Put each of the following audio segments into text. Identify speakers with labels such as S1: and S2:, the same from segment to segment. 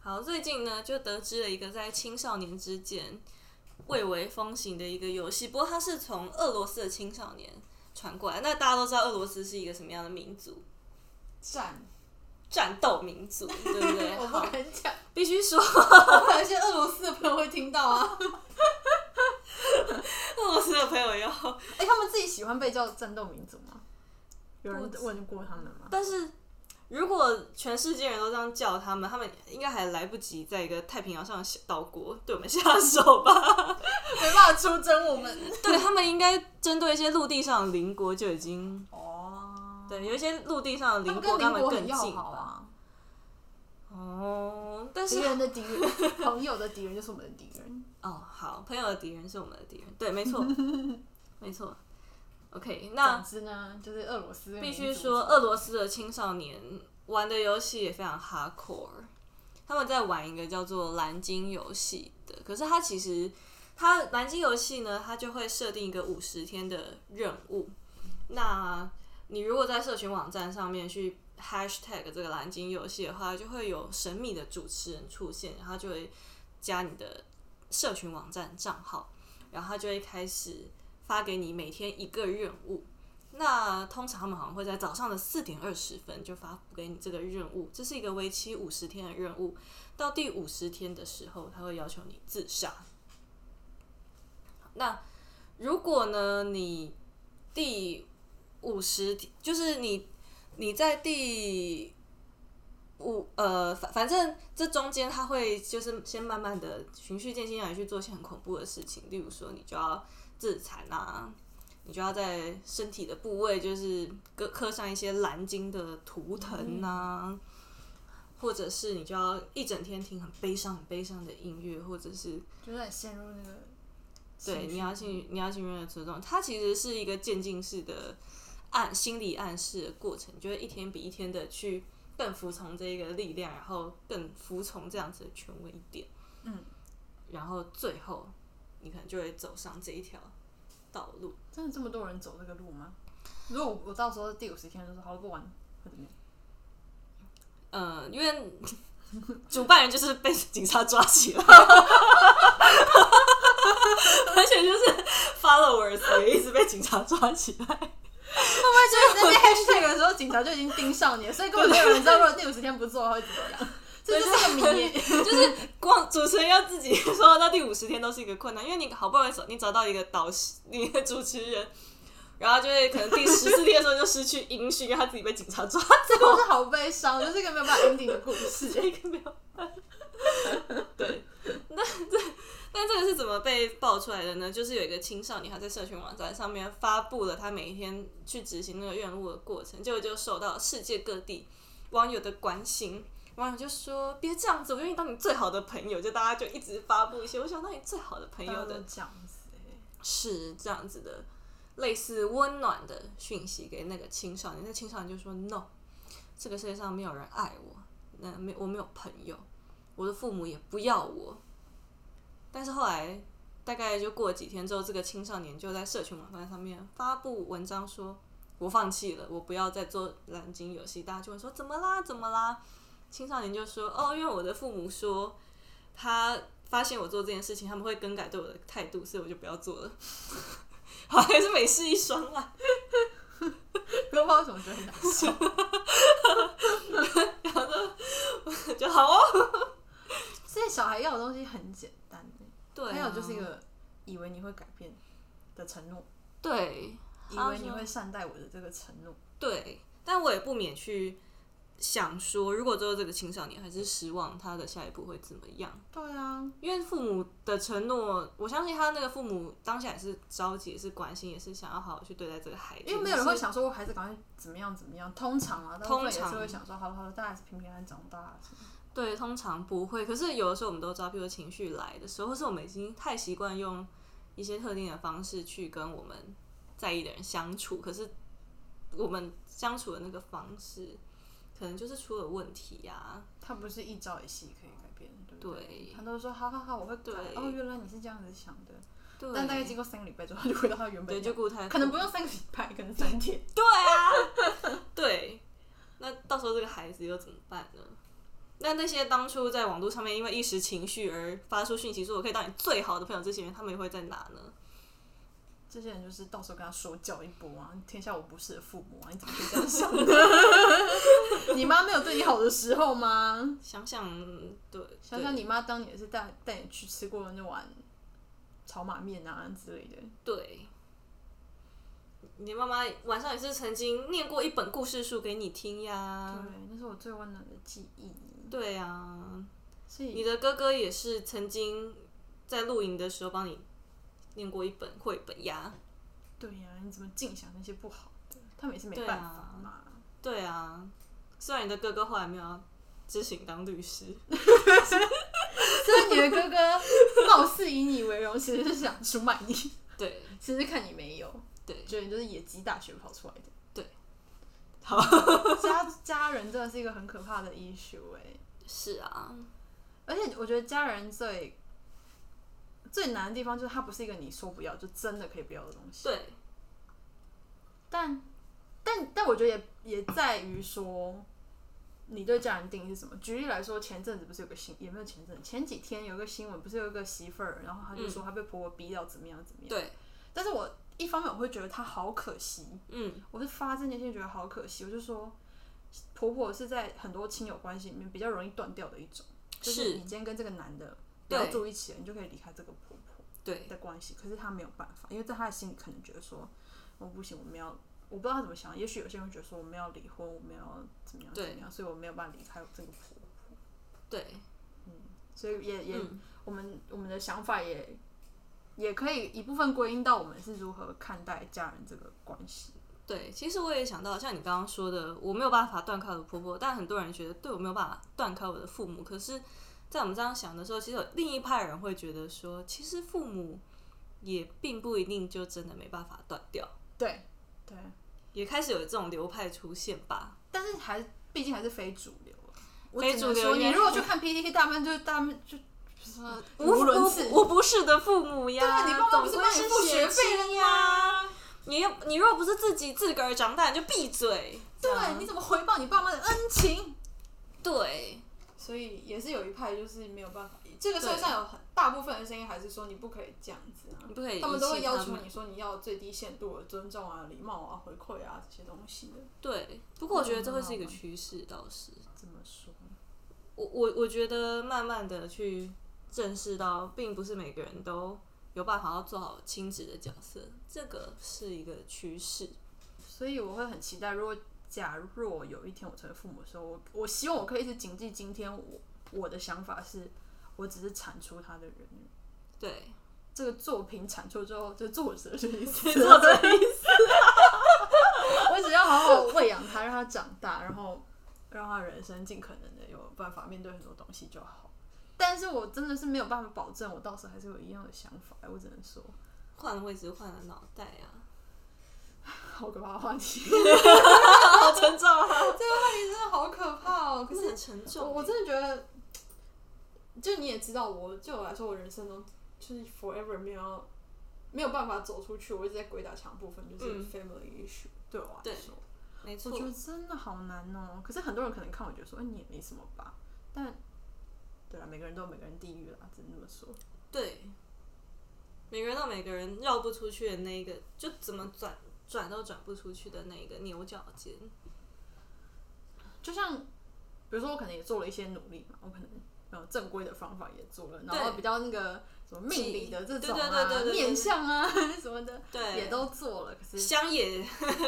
S1: 好，最近呢就得知了一个在青少年之间蔚为风行的一个游戏，不过它是从俄罗斯的青少年传过来。那大家都知道俄罗斯是一个什么样的民族？
S2: 战，
S1: 战斗民族，对不 对？
S2: 我不
S1: 好，
S2: 敢讲，
S1: 必须说
S2: 我怕有些俄罗斯的朋友会听到 啊。
S1: 俄罗斯的朋友 有，
S2: 哎、他们自己喜欢被叫战斗民族吗？有人问过他们吗？
S1: 但是如果全世界人都这样叫他们，他们应该还来不及在一个太平洋上小岛国对我们下手吧？
S2: 没办法出征我们。
S1: 对他们应该针对一些陆地上的邻国就已经
S2: 哦，
S1: 对，有一些陆地上的
S2: 他
S1: 邻
S2: 们
S1: 国
S2: 跟
S1: 跟他
S2: 邻
S1: 们
S2: 国很
S1: 更
S2: 要
S1: 近
S2: 好
S1: 吧？
S2: 啊，
S1: 哦，但是
S2: 敌人的敌人，朋友的敌人就是我们的敌人。
S1: 哦，好，朋友的敌人是我们的敌人，对，没错，没错。OK，
S2: 总
S1: 那
S2: 之呢，就是俄罗斯
S1: 必
S2: 必
S1: 须说，俄罗斯的青少年玩的游戏也非常 hardcore，他们在玩一个叫做蓝鲸游戏的，可是它其实它蓝鲸游戏呢，它就会设定一个五十天的任务。那你如果在社群网站上面去 hashtag 这个蓝鲸游戏的话，就会有神秘的主持人出现，然后他就会加你的社群网站账号，然后他就会开始发给你每天一个任务。那通常他们好像会在早上的四点二十分就发布给你这个任务，这是一个为期五十天的任务。到第五十天的时候，他会要求你自杀。那如果呢，你第五十就是你你在第五呃，反反正这中间他会就是呃先慢慢的循序渐进让你去做一些很恐怖的事情，例如说你就要自残啊，你就要在身体的部位就是刻刻上一些蓝鲸的图腾啊。或者是你就要一整天听很悲伤、很悲伤的音乐，或者是
S2: 就是很陷入那个
S1: 对，你要进你要进入那个村庄，它其实是一个渐进式的暗心理暗示的过程，就是一天比一天的去更服从这一个力量，然后更服从这样子的权威一点，
S2: 嗯，
S1: 然后最后你可能就会走上这一条道路。
S2: 真的这么多人走这个路吗？如果我我到时候第五十天就说好不玩，会怎么样？
S1: 呃，因为主办人就是被警察抓起来， 而且就是 followers 也一直被警察抓起来。
S2: 会不会就是那边 hashtag 的时候，警察就已经盯上你了，所以根本没有人知道，如果第五十天不做的话会怎么样？这就是个谜耶。
S1: 光主持人要自己说到第五十天都是一个困难，因为你好不容易找你找到一个导师，你的主持人，然后就会可能第十四天的时候就失去音讯，因为他自己被警察抓
S2: 这故事好悲伤，就是一个没有办法 ending 的故 事。
S1: 这个没有。 对，那这但这个是怎么被爆出来的呢？就是有一个青少年他在社群网站上面发布了他每一天去执行那个任务的过程，结果就受到世界各地网友的关心。网友就说：“别这样子，我愿意当你最好的朋友。”就大家就一直发布一些我想当你最好的朋友的
S2: 这样子欸耶，
S1: 是这样子的，类似温暖的讯息给那个青少年，那青少年就说 “no”，这个世界上没有人爱我，那没我没有朋友，我的父母也不要我。但是后来大概就过了几天之后，这个青少年就在社群网站上面发布文章说：“我放弃了，我不要再做蓝鲸游戏。”大家就会说：“怎么啦？怎么啦？”青少年就说：“哦，因为我的父母说他发现我做这件事情，他们会更改对我的态度，所以我就不要做了。 好，还是美事一双啦。
S2: 不知道为什么觉得很难 受。
S1: 就好哦。
S2: 这些小孩要的东西很简单耶，
S1: 对啊、
S2: 还有就是一个以为你会改变的承诺，
S1: 对，
S2: 以
S1: 他
S2: 为你
S1: 说
S2: 会善待我的这个承诺。
S1: 对，但我也不免去想说，如果最后这个青少年还是失望，他的下一步会怎么样？
S2: 对啊，
S1: 因为父母的承诺，我相信他那个父母当下也是着急，也是关心，也是想要好好去对待这个孩子。
S2: 因为没有人会
S1: 只是
S2: 想说我孩子赶快怎么样怎么样。通常啊，大部分也是会想说，好了好了，大家还是平平安安长大啊。什么的
S1: 对，通常不会。可是有的时候我们都知道，比如说情绪来的时候，或是我们已经太习惯用一些特定的方式去跟我们在意的人相处，可是我们相处的那个方式，可能就是出了问题呀、
S2: 他不是一朝一夕可以改变，对不
S1: 对
S2: 很多人说好好好，我会改
S1: 对。
S2: 哦，原来你是这样子想的。
S1: 对，
S2: 但大概经过三个礼拜之后，他就回到他原本
S1: 对
S2: 的
S1: 就固态，
S2: 可能不用三个礼拜，可能三天。
S1: 对啊，对。那到时候这个孩子又怎么办呢？那那些当初在网络上面因为一时情绪而发出讯息说我可以当你最好的朋友这些人，他们也会在哪呢？
S2: 这些人就是到时候跟他说教一波啊！天下我不是的父母啊！你怎么可以这样 想呢？你妈没有对你好的时候吗？
S1: 想想，嗯对，
S2: 想想你妈当年也是带带你去吃过那碗炒马面啊之类的。
S1: 对，你妈妈晚上也是曾经念过一本故事书给你听呀。
S2: 对，那是我最温暖的记忆。
S1: 对啊，
S2: 所以
S1: 你的哥哥也是曾经在露营的时候帮你念过一本绘本呀。
S2: 对呀、你怎么净想那些不好的？他们也是
S1: 啊
S2: 没办法嘛。
S1: 对啊，虽然你的哥哥后来没有要知行当律师，
S2: 所以你的哥哥貌似以你为荣，其实是想出卖你，
S1: 对
S2: 其实看你没有，
S1: 对
S2: 觉得你就是野鸡大学跑出来的。
S1: 对，
S2: 好，家家人真的是一个很可怕的 issue 哎、
S1: 是啊，
S2: 而且我觉得家人最最难的地方就是他不是一个你说不要就真的可以不要的东西，
S1: 对
S2: 但但但我觉得也也在于说。你对家人定义是什么？举例来说，前阵子不是有个新，也没有前阵子，前几天有一个新闻，不是有一个媳妇儿，然后她就说她被婆婆逼到怎么样怎么
S1: 嗯
S2: 样。
S1: 对，
S2: 但是我一方面我会觉得她好可惜，
S1: 嗯，
S2: 我是发自内心觉得好可惜。我就说，婆婆是在很多亲友关系里面比较容易断掉的一种，就是
S1: 是嗯
S2: 你今天跟这个男的
S1: 对
S2: 要住一起了，你就可以离开这个婆婆
S1: 对
S2: 的关系。可是她没有办法，因为在她的心里可能觉得说，我不行，我们要。我不知道她怎么想，也许有些人会觉得说我们要离婚，我们要怎么样怎
S1: 对
S2: 么样，所以我没有办法离开这个婆婆，
S1: 对，
S2: 所以也也、
S1: 嗯
S2: 我们我们的想法也也可以一部分归因到我们是如何看待家人这个关系。
S1: 对，其实我也想到，像你刚刚说的，我没有办法断开我的婆婆，但很多人觉得，对我没有办法断开我的父母。可是，在我们这样想的时候，其实有另一派人会觉得说，其实父母也并不一定就真的没办法断掉，
S2: 对对，啊
S1: 也开始有这种流派出现吧。
S2: 但是还毕竟还是非主流啊。我
S1: 非
S2: 只能
S1: 主流
S2: 说，
S1: 应该
S2: 你
S1: 是
S2: 如果去看 PDK 大半，就是大半就什么
S1: 我
S2: 无伦次
S1: 我。我不是的父母呀，
S2: 对啊你爸妈
S1: 总
S2: 不是
S1: 归
S2: 帮你付学
S1: 血
S2: 费了
S1: 亲
S2: 吗
S1: 呀？你又你若不是自己自个儿长大，你就闭嘴。这样
S2: 对，啊你怎么回报你爸妈的恩情？
S1: 对，
S2: 所以也是有一派就是没有办法，这个社会
S1: 对
S2: 上有很大部分的声音还是说你不可以这样子啊，
S1: 你不可以
S2: 他们都会
S1: 遗弃
S2: 要
S1: 他
S2: 求
S1: 们
S2: 你说你要最低限度的尊重啊、礼貌啊、回馈啊这些东西的。
S1: 对，不过我觉得这会是一个
S2: 嗯
S1: 趋势，倒是。
S2: 怎么说？
S1: 我我我觉得慢慢的去正视到，并不是每个人都有办法要做好亲子的角色，这个是一个趋势。
S2: 所以我会很期待，如果假若有一天我成为父母的时候，我我希望我可以一直谨记今天我我的想法是，我只是产出他的人。
S1: 对，
S2: 这个作品产出之后，就是作者的意思，
S1: 作者
S2: 的意思。 我只要好好喂养他，让他长大，然后让他人生尽可能的有办法面对很多东西就好。但是我真的是没有办法保证，我到时候还是有一样的想法。我只能说，
S1: 换了位置，换了脑袋 啊，
S2: 好可怕的话题，
S1: 好沉重啊，
S2: 哦真的好可怕哦！可
S1: 是很沉
S2: 我
S1: 重。
S2: 我真的觉得，就你也知道我，就我来说，我人生中就是 forever 没有没有办法走出去，我一直在鬼打墙的部分就是 family issue、对我来
S1: 对
S2: 说，
S1: 没错
S2: 我，觉得真的好难哦。可是很多人可能看我觉得说，哎、你也没什么吧，但。对啊，每个人都有每个人地狱啦，只能这么说。
S1: 对，每个人到每个人绕不出去的那一个，就怎么转转都转不出去的那一个牛角尖。
S2: 就像，比如说我可能也做了一些努力嘛，我可能呃正规的方法也做了，
S1: 对
S2: 然后比较那个什么命理的这种
S1: 对对对对
S2: 啊
S1: 对对、对
S2: 面相啊 什么的，也
S1: 对，
S2: 都做了。可是
S1: 乡野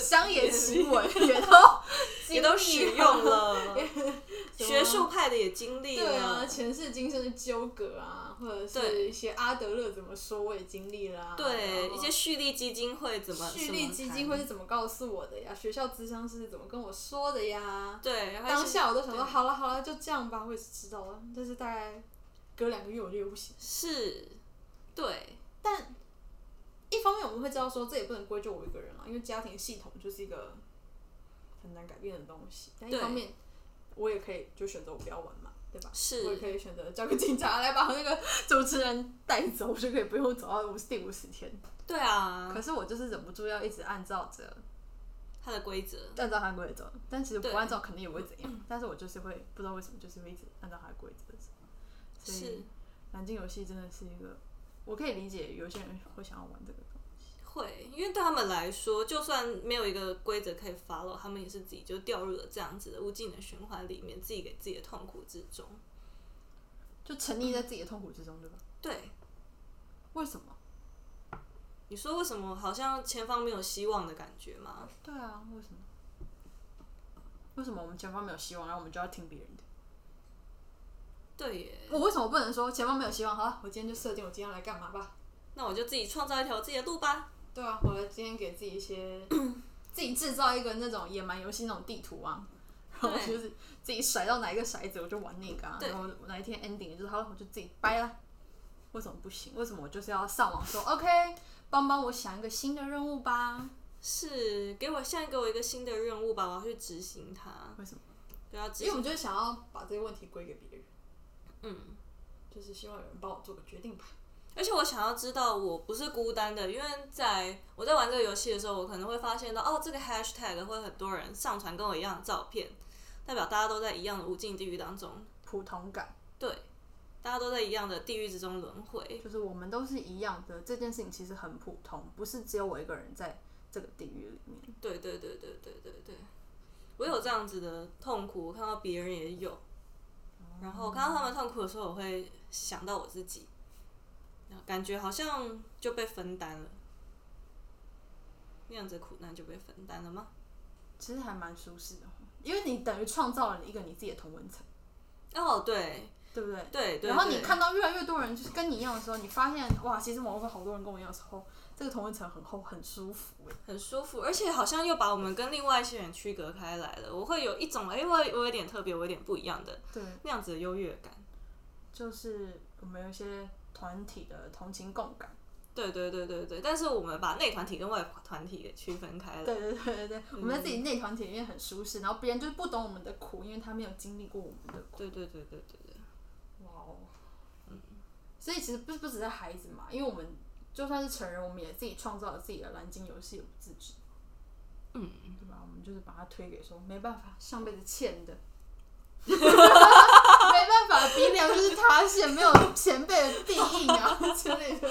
S2: 乡野奇闻也都
S1: 也都使用 了，
S2: 什么
S1: 学术派的也经历
S2: 对啊，
S1: 了，
S2: 前世今生的纠葛啊，或者是
S1: 对
S2: 一些阿德勒怎么说，我也经历了、啊。
S1: 对
S2: 然后
S1: 一些蓄力基金会怎么
S2: 蓄力基金
S1: 会
S2: 会是怎么告诉我的呀？学校智商是怎么跟我说的呀？
S1: 对，然后
S2: 当
S1: 是
S2: 下我都想说，
S1: 对
S2: 好了好了，就这样吧，我也是知道了。但是大概隔两个月我就又不行。
S1: 是，对
S2: 但一方面我们会知道说，这也不能归咎我一个人啊，因为家庭系统就是一个很难改变的东西。但一
S1: 对
S2: 方面，我也可以就选择我不要玩嘛，对吧？我
S1: 是，
S2: 也可以选择叫个警察来把那个主持人带走，我就可以不用走到五第五十天。
S1: 对啊，
S2: 可是我就是忍不住要一直按照着
S1: 它的规则。
S2: 按照他的规则走，但其实不
S1: 对
S2: 按照肯定也不会怎样。但是我就是会不知道为什么，就是会一直按照他的规则走。所
S1: 是
S2: 以南京游戏真的是一个，我可以理解有些人会想要玩这个东西。
S1: 会，因为对他们来说，就算没有一个规则可以 follow，他们也是自己就掉入了这样子的无尽的循环里面，自己给自己的痛苦之中。
S2: 就沉溺在自己的痛苦之中，对吧？
S1: 对，
S2: 为什么？
S1: 你说为什么好像前方没有希望的感觉吗？
S2: 对啊，为什么？为什么我们前方没有希望，然后我们就要听别人的？
S1: 对耶，
S2: 我为什么不能说前方没有希望？好了，我今天就设定我今天要来干嘛吧。
S1: 那我就自己创造一条自己的路吧。
S2: 对啊，我来今天给自己一些，自己制造一个那种野蛮游戏那种地图啊，然后
S1: 对
S2: 就是自己甩到哪一个骰子我就玩那个啊，
S1: 对
S2: 然后哪一天 ending 就是好了，我就自己掰了。为什么不行？为什么我就是要上网说 OK，帮帮我想一个新的任务吧？
S1: 是，给我现在给我一个新的任务吧，我要去执行它。
S2: 为什么？
S1: 对啊，
S2: 因
S1: 执
S2: 为
S1: 行。
S2: 我们就是想要把这个问题归给别人，
S1: 嗯，
S2: 就是希望有人帮我做个决定吧。
S1: 而且我想要知道我不是孤单的，因为在我在玩这个游戏的时候，我可能会发现到哦，这个 hashtag 会很多人上传跟我一样的照片，代表大家都在一样的无尽地狱当中，
S2: 普通感
S1: 大家都在一样的地狱之中轮回。
S2: 哎就是我们都是一样的，这件事情其实很普通，不是只有我一个人在这个地狱里面。
S1: 对对对对对对对，我有这样子的痛苦，我看到别人也有，然后我看到他们痛苦的时候，我会想到我自己，然后感觉好像就被分担了，那样子的苦难就被分担了吗？
S2: 其实还蛮舒适的，因为你等于创造了一个你自己的同温层，
S1: 哦，对
S2: 对不对？
S1: 对对，
S2: 然后
S1: 对
S2: 你看到越来越多人就是跟你一样的时候，你发现哇，其实网络上好多人跟我一样的时候，这个同温层很厚，很舒服哎。
S1: 很舒服，而且好像又把我们跟另外一些人区隔开来了。我会有一种哎、我我有点特别，我有点不一样的
S2: 对，
S1: 那样子的优越感。
S2: 就是我们有一些团体的同情共感。
S1: 对对对对对，但是我们把内团体跟外团体给区分开了。嗯
S2: 对对对对对，我们在自己内团体里面很舒适，然后别人就是不懂我们的苦，因为他没有经历过我们的苦。
S1: 对对对对对对，
S2: 哇哦，所以其实不是不只是孩子嘛，因为我们就算是成人，我们也自己创造了自己的蓝鲸游戏，也不自知。
S1: 嗯，
S2: 对吧？我们就是把它推给说没办法，上辈子欠的，没办法，鼻梁就是塌陷，没有前辈的地印啊之类的。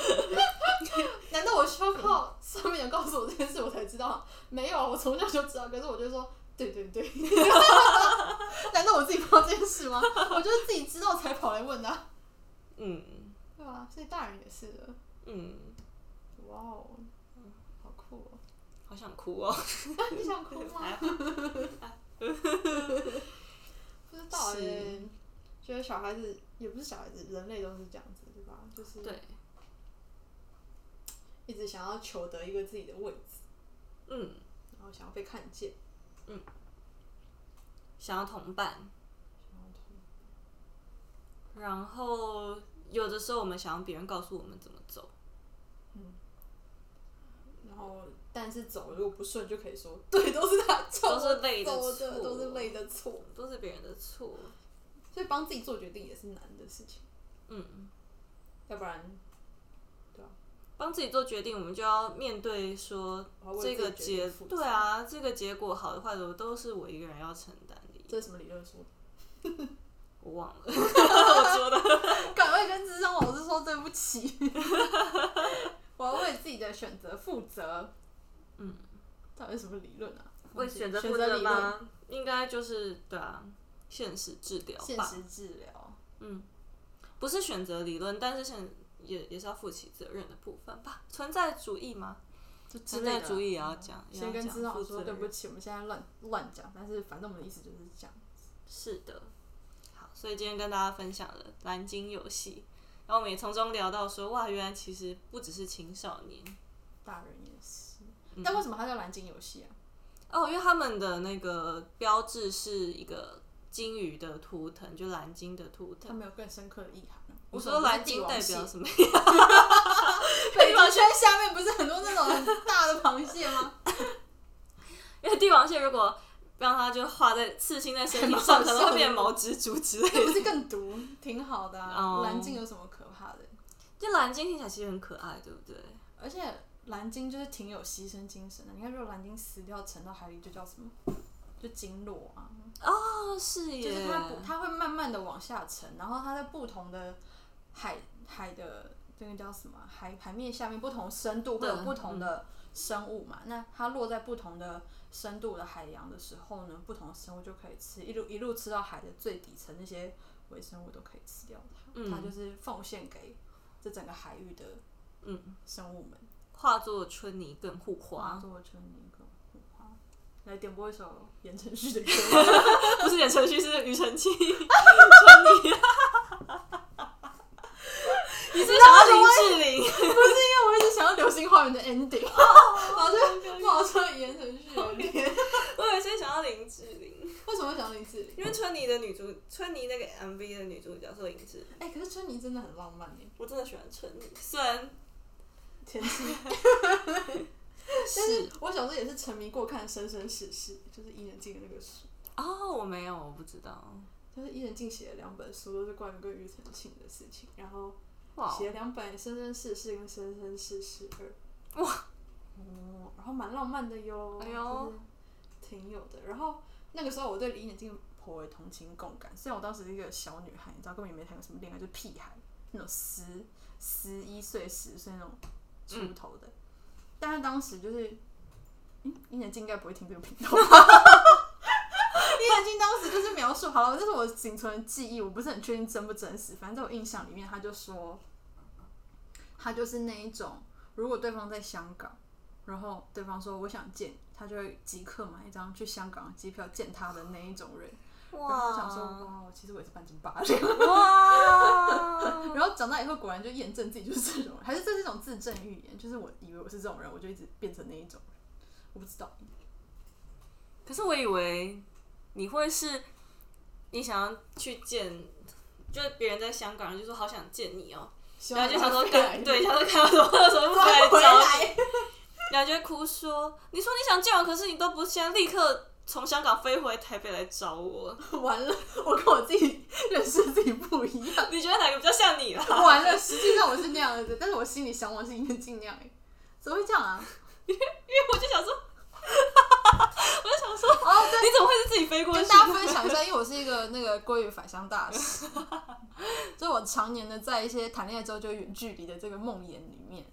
S2: 难道我需要靠上面人告诉我这件事我才知道？没有，我从小就知道，可是我就说对对对，难道我自己不知道这件事吗？我就是自己知道才跑来问的啊、
S1: 嗯
S2: 对啊，所以大人也是的。
S1: 嗯，
S2: 哇哦，好酷 哦！
S1: 好想哭哦。
S2: 你想哭 吗？不知道
S1: 是
S2: 哎、觉得小孩子也不是小孩子，人类都是这样子，对吧？就是
S1: 对，
S2: 一直想要求得一个自己的位置，
S1: 嗯，
S2: 然后想要被看见，
S1: 想要同伴，
S2: 想要同
S1: 然后有的时候我们想要别人告诉我们怎么走。
S2: 然后但是走如果不顺，就可以说对，都是他错，
S1: 都是累的
S2: 走的
S1: 错
S2: 都是累的错，
S1: 都是别人的错，
S2: 所以帮自己做决定也是难的事情，
S1: 嗯，
S2: 要不然
S1: 帮自己做决定，我们就要面对说
S2: 我要
S1: 这
S2: 为
S1: 个
S2: 自己决
S1: 结
S2: 定负，责
S1: 对啊，这个结果好的坏的都是我一个人要承担的，
S2: 这是什么理论说的？
S1: 我忘了 我说的，
S2: 赶快跟智商老师说对不起， 我要为自己的选择负责。
S1: 嗯，
S2: 到底是什么理论啊？
S1: 为选择
S2: 选
S1: 负
S2: 择
S1: 责
S2: 理论、
S1: 吗？应该就是对啊，现实治疗
S2: 现
S1: 吧，
S2: 实治疗，
S1: 不是选择理论，但是现也也是要负起责任的部分吧，存在主义吗？
S2: 就之
S1: 存
S2: 类
S1: 在
S2: 的啊。
S1: 主义也要讲，也
S2: 先
S1: 要
S2: 跟
S1: 讲
S2: 智商老
S1: 负
S2: 师说
S1: 责
S2: 对不
S1: 任，
S2: 起，我们现在乱乱讲，但是反正我们的意思就是这样。
S1: 是的。好，所以今天跟大家分享了蓝鲸游戏，然后我们也从中聊到说，哇，原来其实不只是青少年，
S2: 大人也是，但为什么它叫蓝鲸游戏啊？
S1: 哦，因为他们的那个标志是一个金鱼的图腾，就蓝鲸的图腾。
S2: 它没有更深刻的意涵啊。
S1: 我
S2: 为什
S1: 说
S2: 么不是
S1: 蓝
S2: 帝
S1: 鲸
S2: 王
S1: 代
S2: 蟹
S1: 表什么？
S2: 北极圈下面不是很多那种很大的螃蟹吗？
S1: 因为帝王蟹如果让它就画在刺青在 身体
S2: 蛮好
S1: 上，可能
S2: 笑
S1: 会变
S2: 的
S1: 毛蜘蛛之类
S2: 那
S1: 的。
S2: 不是更毒，挺好的啊。
S1: 哦
S2: 蓝鲸有什么可怕的？
S1: 就蓝鲸听起来其实很可爱，对不对？
S2: 而且蓝鲸就是挺有牺牲精神的。你看，如果蓝鲸死掉沉到海里，就叫什么？就鲸落啊，
S1: 哦，是耶，
S2: 就是它不，它会慢慢的往下沉，然后它在不同的海海的这个叫什么啊海海面下面不同深度会有
S1: 对嗯
S2: 不同的生物嘛。那它落在不同的深度的海洋的时候呢，不同的生物就可以吃，一路一路吃到海的最底层，那些微生物都可以吃掉它。
S1: 嗯
S2: 它就是奉献给这整个海域的
S1: 嗯
S2: 生物们。
S1: 化作春泥更护
S2: 化
S1: 花，
S2: 作春泥跟护花。来点播一首言承旭的歌。
S1: 不是言承旭，是庾澄庆。 春泥，你是想要林志玲？
S2: 我一直想要《流星花园》的 ending，然
S1: 哦
S2: 后就冒出来言承旭的脸。
S1: 我有些想要林志玲，
S2: 为什么会想到林志玲？
S1: 因为春泥的女主，春泥那个 MV 的女主角是林志玲，
S2: 哎、可是春泥真的很浪漫耶。
S1: 我真的喜欢春泥，虽然
S2: 前期，但
S1: 是
S2: 是我小时候也是沉迷过看《生生世世》，就是伊能静的那个书，
S1: 哦，我没有，我不知道。
S2: 就是伊能静写的两本书都是关于跟庾澄庆的事情，然后
S1: 哇哦
S2: 写了两本《生生世世》跟《生生世世二》。哇，哦，然后蛮浪漫的哟，
S1: 哎呦，
S2: 挺有的。然后那个时候我对林眼镜颇为同情共感，虽然我当时是一个小女孩，你知道根本也没谈过什么恋爱，就是屁孩那种十十一岁、十岁那种
S1: 嗯
S2: 出头的。但是当时就是，嗯，林眼镜应该不会听这个频 道。林眼镜当时就是描述，好了，这是我仅存的记忆，我不是很确定真不真实。反正在我印象里面，他就说，他就是那一种，如果对方在香港，然后对方说我想见你，他就会即刻买一张去香港的机票见他的那一种人。然后我想说，哇，其实我也是半斤八两。
S1: 哇，
S2: 然后长大以后，果然就验证自己就是这种人，还是这是一种自证预言，就是我以为我是这种人，我就一直变成那一种人。我不知道，
S1: 可是我以为你会是，你想要去见，就是别人在香港就说好想见你哦，
S2: 希
S1: 然
S2: 望
S1: 后就想说
S2: 他
S1: 干，对，想说看到什么有什么不
S2: 回来
S1: 来
S2: 回
S1: 找
S2: 来。
S1: 然后就会哭说，你说你想见我，可是你都不现在立刻从香港飞回台北来找我，
S2: 完了，我跟我自己认识自己不一样。
S1: 你觉得哪个比较像 你啦？啊
S2: 完了，实际上我是那样子，但是我心里想我是眼镜那样、欸，怎么会这样啊？
S1: 因为我就想说， 我就想说，
S2: 哦，对。
S1: 你怎么会是自己飞过
S2: 跟
S1: 去？
S2: 大家分享一下，因为我是一个那个鲑鱼返乡 大使，所以我常年的在一些谈恋爱之后就远距离的这个梦魇里面，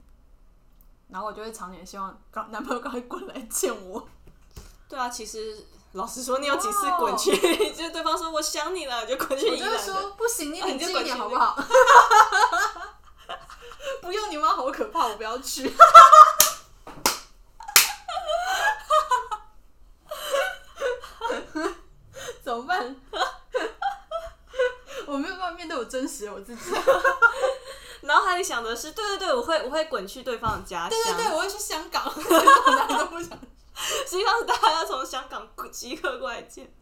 S2: 然后我就会常年希望刚男朋友赶快滚来见我，
S1: 对啊，其实老实说，你有几次滚去， 就是对方说我想你了，你就滚去
S2: 哦我
S1: 宜
S2: 就会
S1: 兰了。
S2: 说不行，你
S1: 啊
S2: 冷
S1: 你就
S2: 静
S1: 滚
S2: 一点
S1: 去
S2: 好不好？ 不用你妈好可怕，我不要去。 怎么办？ 我没有办法面对我真实的我自己。
S1: 然后他里想的是，对对对，我会我会滚去对方的家乡。
S2: 对对对，我会去香港， 我哪里都不想。
S1: 实际上是大家要从香港即刻过来见。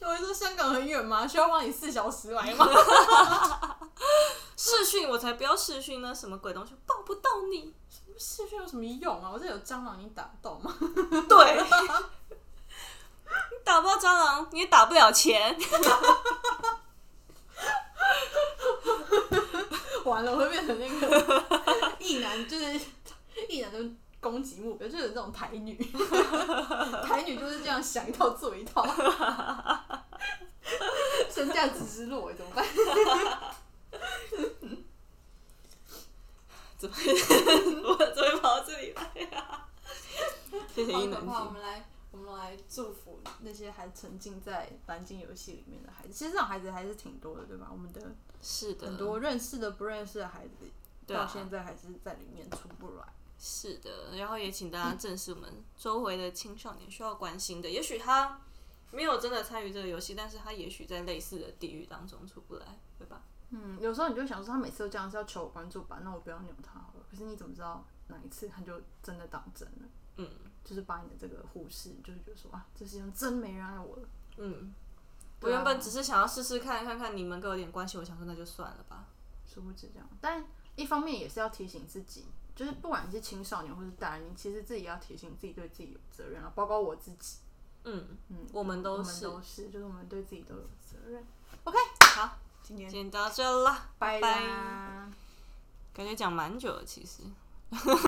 S2: 我会说香港很远吗？需要花你四小时来吗？
S1: 视讯我才不要视讯呢，什么鬼东西抱不到你。
S2: 视讯有什么用啊？我这有蟑螂，你打得到吗？
S1: 对，你打不到蟑螂，你也打不了钱。
S2: 完了，我会变成那 个一男，就是一男的攻击目标，就是这种台女， 台女就是这样想一套做一 套，身价直直落，怎么办？
S1: 怎么我怎么会跑到这里来啊？谢谢
S2: 好
S1: 伊
S2: 可
S1: 能
S2: 怕！我
S1: 静。
S2: 们来，我们来祝福那些还沉浸在蓝鲸游戏里面的孩子。其实这种孩子还是挺多的，对吧？我们的
S1: 是的，
S2: 很多认识的、不认识的孩子，
S1: 对啊
S2: 到现在还是在里面出不来。
S1: 是的，嗯然后也请大家正视我们嗯周围的青少年需要关心的。也许他没有真的参与这个游戏，但是他也许在类似的地狱当中出不来，对吧？
S2: 嗯，有时候你就想说，他每次都这样是要求我关注吧？那我不要扭他好了。可是你怎么知道哪一次他就真的当真了？
S1: 嗯，
S2: 就是把你的这个忽视，就是觉得说啊，这世界上真没人爱我了。
S1: 嗯，我
S2: 对啊
S1: 原本只是想要试试看，看看你们给我点关系，我想说那就算了吧。
S2: 殊不知这样，但一方面也是要提醒自己，就是不管你是青少年或是大人，你其实自己要提醒自己对自己有责任啊，包括我自己。
S1: 嗯，
S2: 嗯，
S1: 我们都
S2: 我们
S1: 是
S2: 都是，就是我们对自己都有责任。
S1: 好，
S2: 今天
S1: 今天到这啦，
S2: 拜
S1: 拜
S2: 啦
S1: 感觉讲蛮久了，其实。